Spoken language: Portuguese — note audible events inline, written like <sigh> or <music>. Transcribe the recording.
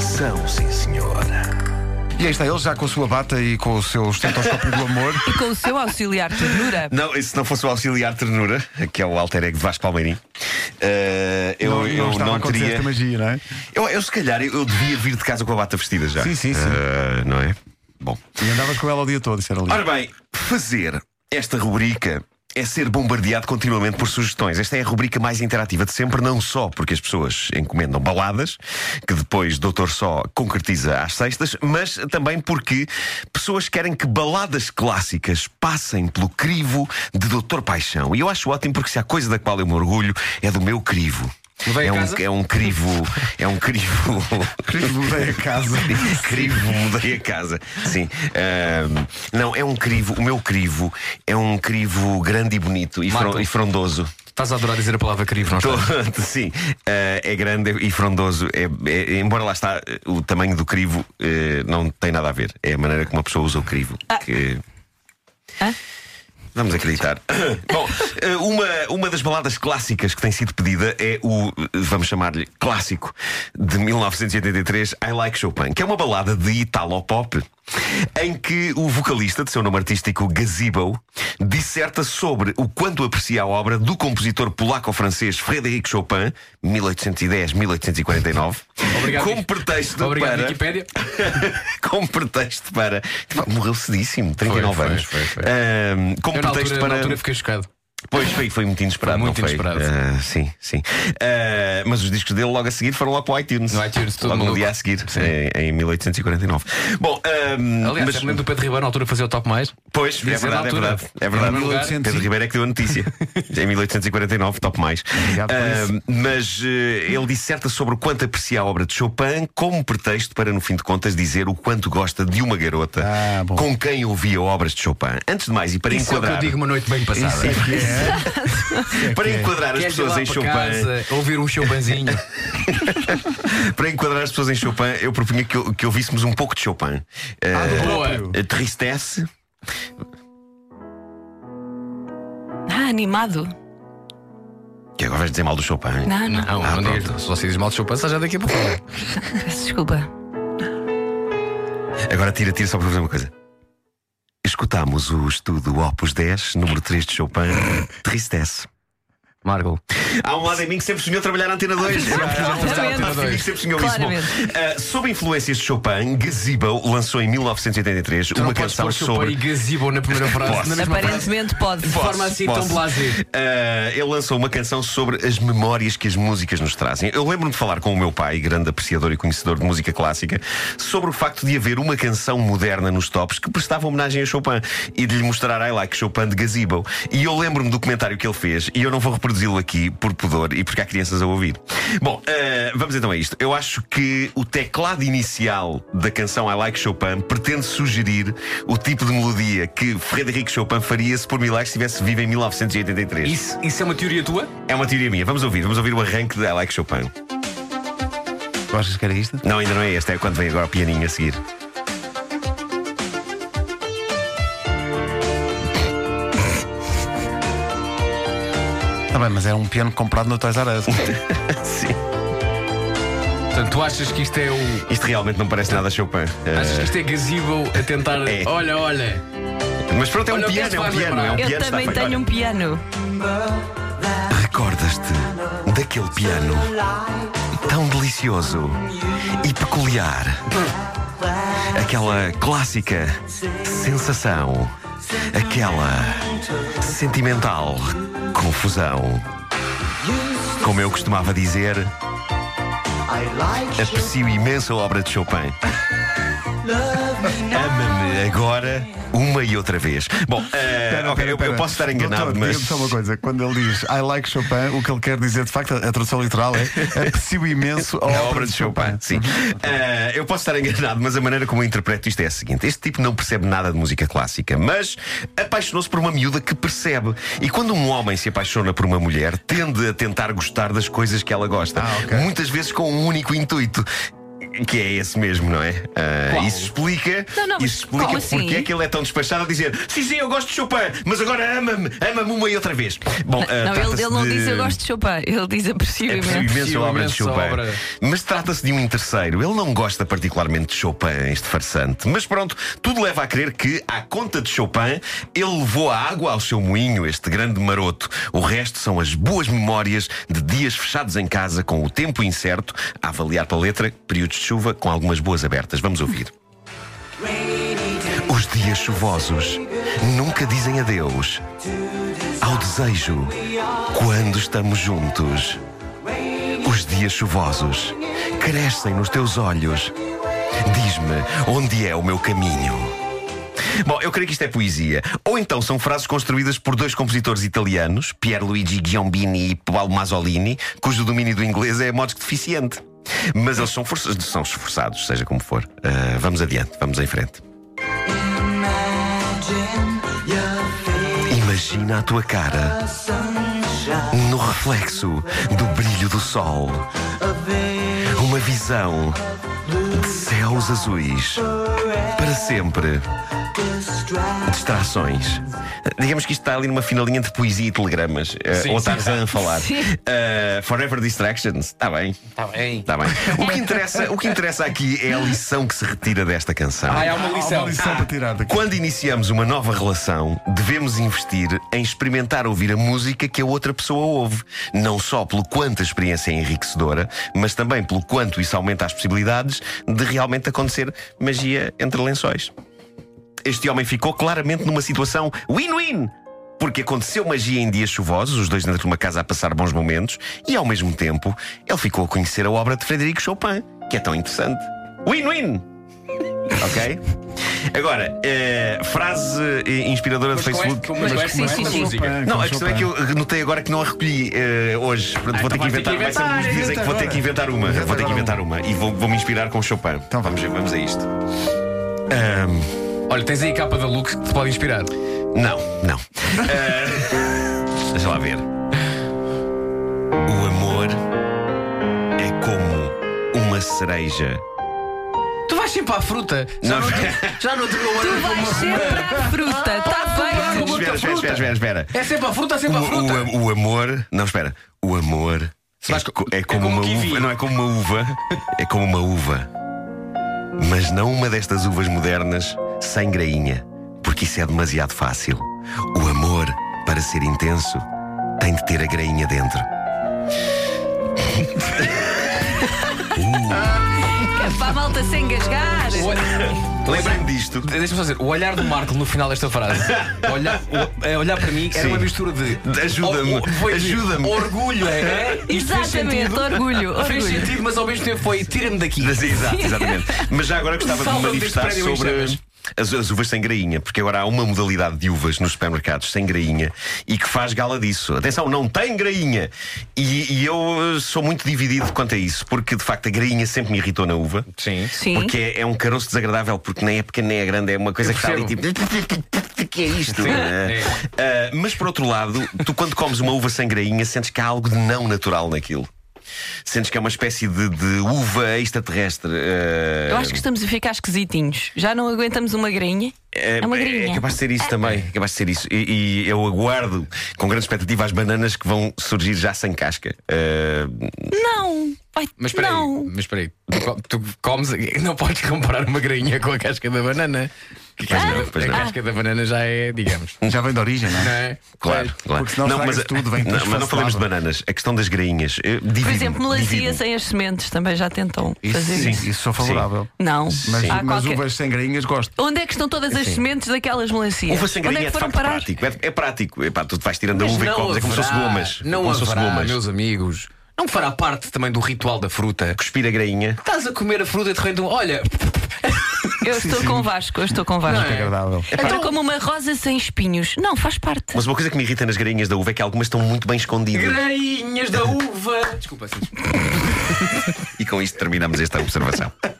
São, sim, senhora. E aí está ele já com a sua bata e com o seu estetoscópio do amor. E com o seu auxiliar ternura. Não, e se não fosse o auxiliar ternura, que é o alter ego de Vasco Palmeirim, eh, <laughs> eu não, eu não não, estava a acontecer teria. esta magia, não é? Eu, eu, se calhar, eu, eu devia vir de casa com a bata vestida já. Sim, sim, sim. Eh, não é? Bom. E andavas com ela o dia todo, isso era lindo. Ora bem, fazer esta rubrica é ser bombardeado continuamente por sugestões. Esta é a rubrica mais interativa de sempre, não só porque as pessoas encomendam baladas, que depois Doutor Só concretiza às sextas, mas também porque pessoas querem que baladas clássicas passem pelo crivo de Doutor Paixão. E eu acho ótimo porque se há coisa da qual eu me orgulho é do meu crivo. Levei É a um, casa? é um crivo. É um <laughs> crivo. Querido, mudei a casa. é um Crivo, mudei a casa. Sim. Ahm, não, é um crivo. O meu crivo é um crivo grande e bonito e, Mato. fron- e frondoso. Estás a adorar dizer a palavra crivo, não estás? Todo- <laughs> Sim. Ah, é grande e frondoso. É, é- embora lá está, o tamanho do crivo eh, não tem nada a ver. É a maneira como uma pessoa usa o crivo. que- Ah. Vamos acreditar. <coughs> Bom, eh, uma, uma das baladas clássicas que tem sido pedida é o, eh, vamos chamar-lhe, clássico de 1983, I Like Chopin, que é uma balada de italo-pop em que o vocalista, de seu nome artístico Gazebo, disserta sobre o quanto aprecia a obra do compositor polaco-francês Frédéric Chopin, 1810-1849, Obrigado, com Wiki- pretexto Obrigado, para Wikipédia. <laughs> com pretexto para. Pá, Morreu cedíssimo, 39 Foi, foi, anos. foi, foi. Ahm, com Eu na pretexto altura, para. na altura fiquei chocado. Pois foi, foi muito inesperado, Foi muito não inesperado. Ah, sim, sim. Ah, mas os discos dele logo a seguir foram lá para o iTunes. No iTunes, tudo Logo no maluco. dia a seguir, em, em 1849. Bom, ahm, Aliás, mas- eu me lembro do Pedro Ribeiro na altura fazer o top mais. Pois, é Disse na verdade, é altura. verdade. É Em verdade. primeiro lugar. Pedro Ribeiro é que deu a notícia. <laughs> em 1849, top mais. Obrigado por Ah, isso. mas eh, ele disserta sobre o quanto aprecia a obra de Chopin como pretexto para, no fim de contas, dizer o quanto gosta de uma garota Ah, bom. com quem ouvia obras de Chopin. Antes de mais, e para Isso é o que enquadrar, eu digo uma noite bem passada. Que é? para enquadrar as Queres ir pessoas lá em para Chopin. casa, ouvir <laughs> um Chopinzinho. Para enquadrar as pessoas em Chopin, eu propunha que, eu- que ouvíssemos um pouco de Chopin. Ah, do Boa. próprio. Eh, Tristesse, Ah, animado. que agora vais dizer mal do Chopin. Não, não. Não, Ah, não digas. Se você diz mal de Chopin, sai já daqui a pouco. Peço desculpa. Agora tira, tira só para fazer uma coisa. Escutámos o estudo Opus 10, número 3 de <laughs> Chopin, Tristesse. Margo. Há um lado em mim que sempre sonhou trabalhar na Antena 2. Há um lado em mim que sempre sonhou isso. Bom, ah, sob influências de Chopin, Gazebo lançou em 1983 Tu uma não podes canção pôr Chopin sobre. e Gazebo na primeira frase. Posso. Na mesma frase. Aparentemente pode. De forma assim posso. tão blasé. Ah, ele lançou uma canção sobre as memórias que as músicas nos trazem. Eu lembro-me de falar com o meu pai, grande apreciador e conhecedor de música clássica, sobre o facto de haver uma canção moderna nos tops que prestava homenagem a Chopin e de lhe mostrar I Like Chopin de Gazebo. E eu lembro-me do comentário que ele fez e eu não vou reproduzi-lo aqui por pudor e porque há crianças a ouvir. Bom, ah, vamos então a isto. Eu acho que o teclado inicial da canção I Like Chopin pretende sugerir o tipo de melodia que Frederic Chopin faria se por milagre estivesse vivo em 1983. Isso, isso é uma teoria tua? É uma teoria minha. Vamos ouvir, vamos ouvir o arranque de I Like Chopin. Tu achas que era isto? Não, ainda não é este, é quando vem agora o pianinho a seguir. <laughs> Está bem, mas era um piano comprado no Toys R <laughs> Us. Sim. Portanto, tu achas que isto é o. Isto realmente não parece nada Chopin. Eh, Achas que isto é Gazebo a tentar. É. Olha, olha. mas pronto, é um Olha, o que piano, se é um vai piano, lembrar. é um piano. Eu está também feito. tenho um piano. Olha, Recordas-te daquele piano tão delicioso e peculiar. Aquela clássica sensação, aquela sentimental confusão. Como eu costumava dizer, aprecio imenso a obra de Chopin. Ama-me agora uma e outra vez. Bom, eh, ok, eu- eu, posso estar enganado, Doutor, mas. Diga-me só uma coisa: quando ele diz I like Chopin, o que ele quer dizer, de facto, a tradução literal é aprecio imenso a, <laughs> A obra de Chopin, sim. <laughs> Ah, eu posso estar enganado, mas a maneira como eu interpreto isto é a seguinte: este tipo não percebe nada de música clássica, mas apaixonou-se por uma miúda que percebe. E quando um homem se apaixona por uma mulher, tende a tentar gostar das coisas que ela gosta, Ah, ok. muitas vezes com um único intuito. Que é esse mesmo, não é? Ah, Qual? isso explica, Não, não, mas isso explica como porque assim? é que ele é tão despachado a dizer sim, sim, eu gosto de Chopin, mas agora ama-me, ama-me uma e outra vez. Bom, ah, não, ele, trata-se ele não de- diz eu gosto de Chopin, ele diz aprecio É imenso. possível imensa Aprecio obra de imensa Chopin. obra. Mas trata-se de um terceiro. Ele não gosta particularmente de Chopin, este farsante. Mas pronto, tudo leva a crer que, à conta de Chopin, ele levou a água ao seu moinho, este grande maroto. O resto são as boas memórias de dias fechados em casa, com o tempo incerto, a avaliar pela letra, períodos de chuva, com algumas boas abertas. Vamos ouvir. Os dias chuvosos nunca dizem adeus ao desejo quando estamos juntos. Os dias chuvosos crescem nos teus olhos. Diz-me onde é o meu caminho. Bom, eu creio que isto é poesia. Ou então são frases construídas por dois compositores italianos, Pierluigi Giombini e Paolo Masolini, cujo domínio do inglês é a modos que deficiente. Mas eles são, força- são esforçados, seja como for. Ah, vamos adiante, vamos em frente. Imagina a tua cara no reflexo do brilho do sol. Uma visão de céus azuis para sempre. Distrações. Digamos que isto está ali numa finalinha de poesia e telegramas. Eh, Sim, ou sim. Tarzan a falar. Sim. Eh, forever Distractions. Está bem. Está bem. Está bem. O que, interessa, o que interessa aqui é a lição que se retira desta canção. Ah, é uma Há lição. uma lição para tirar daqui. Quando iniciamos uma nova relação, devemos investir em experimentar ouvir a música que a outra pessoa ouve. Não só pelo quanto a experiência é enriquecedora, mas também pelo quanto isso aumenta as possibilidades de realmente acontecer magia entre lençóis. Este homem ficou claramente numa situação win-win. Porque aconteceu magia em dias chuvosos, os dois dentro de uma casa a passar bons momentos, e ao mesmo tempo ele ficou a conhecer a obra de Frederico Chopin, que é tão interessante. Win-win! Ok? Agora, eh, frase eh, inspiradora Mas do com Facebook. esta- mas com Mas esta- sim, com sim, esta sim. música. Não, a questão é que eu notei agora que não a recolhi eh, hoje. Portanto, vou ter que então vais inventar. ter que Vai ser inventar, uns dias em que vou ter que inventar uma. Inventa Vou ter que agora inventar uma. E vou- vou-me inspirar com o Chopin. Então vá. vamos, ver- vamos a isto. Ahm, Olha, tens aí a capa da Lux que te pode inspirar. não, não. <laughs> Ah, deixa lá ver. O amor é como uma cereja. Tu vais sempre à fruta. Não. Já não, te- já não te dou Tu uma- vais sempre à fruta, Tá está bem? Espera, muita espera, fruta. espera, espera, espera. É sempre à fruta, é O, sempre à fruta. o- o amor. Não, espera. O amor é, Se vais co- co- é é como, como um uma kiwi. uva. Não é como uma uva. <laughs> É como uma uva. Mas não uma destas uvas modernas sem grainha. Porque isso é demasiado fácil. O amor, para ser intenso, tem de ter a grainha dentro. É para a malta sem engasgar. O olha- Lembrem-me disto. <laughs> Deixa-me só dizer, o olhar do Marco no final <laughs> desta frase, olhar, o- é olhar para mim, era Sim. uma mistura de Ajuda-me, Oh, oh, foi de ajuda-me. Orgulho, é? <laughs> é? Isto fez Exatamente, sentido. orgulho, Fez orgulho. sentido, mas ao mesmo tempo foi tira-me daqui. Mas, exato, exatamente. <laughs> Mas já agora gostava de me Salva-me manifestar deste prédio em chamas. sobre. As, as uvas sem grainha, porque agora há uma modalidade de uvas nos supermercados sem grainha e que faz gala disso. Atenção, não tem grainha! E, e eu eh, sou muito dividido quanto a isso, porque de facto a grainha sempre me irritou na uva. Sim. Sim. Porque é, é um caroço desagradável, porque nem é pequeno nem é grande, é uma coisa Eu que está ali tipo. <laughs> que é isto? é. Ah, mas por outro lado, tu quando comes uma uva sem grainha, sentes que há algo de não natural naquilo. Sentes que é uma espécie de, de uva extraterrestre. ah, Eu acho que estamos a ficar esquisitinhos. Já não aguentamos uma grainha? É, uma grainha. é capaz de ser isso também. É capaz de ser isso. E, e eu aguardo com grande expectativa as bananas que vão surgir já sem casca. Ah, Não! Vai, Mas espera aí, não! mas espera aí. Tu, co- tu comes, não podes comparar uma grainha com a casca da banana. Que a casca, não, da- pois a não. Ah. casca da banana já é, digamos. Já vem de origem, não Não é? é? Claro, claro. porque senão estragas tudo, vem não, tudo mas não falamos de desfacelável. bananas. A questão das grainhas. Eu Por divido-me, exemplo, melancia divido-me. sem as sementes também já tentam fazer Sim, isso. isso sou favorável. Não. Mas, Há mas qualquer- uvas sem grainhas gosto. Onde é que estão todas as sementes daquelas melancias? assim Uva sem Onde grainha é que é, de foram facto parar? prático. É, é prático. Epá, tu vais tirando a Mas uva e não comes. É como se fosse haverá- gomas. Não como se fosse haverá, gomas. meus amigos. Não fará parte também do ritual da fruta. Cuspir a grainha. Estás a comer a fruta e de repente, um- olha, Eu estou com o Vasco, eu estou com o Vasco. Não é? Agradável. Então, como uma rosa sem espinhos. Não, faz parte. Mas uma coisa que me irrita nas grainhas da uva é que algumas estão muito bem escondidas. grainhas da uva. Desculpa, sim. E com isto terminamos esta observação.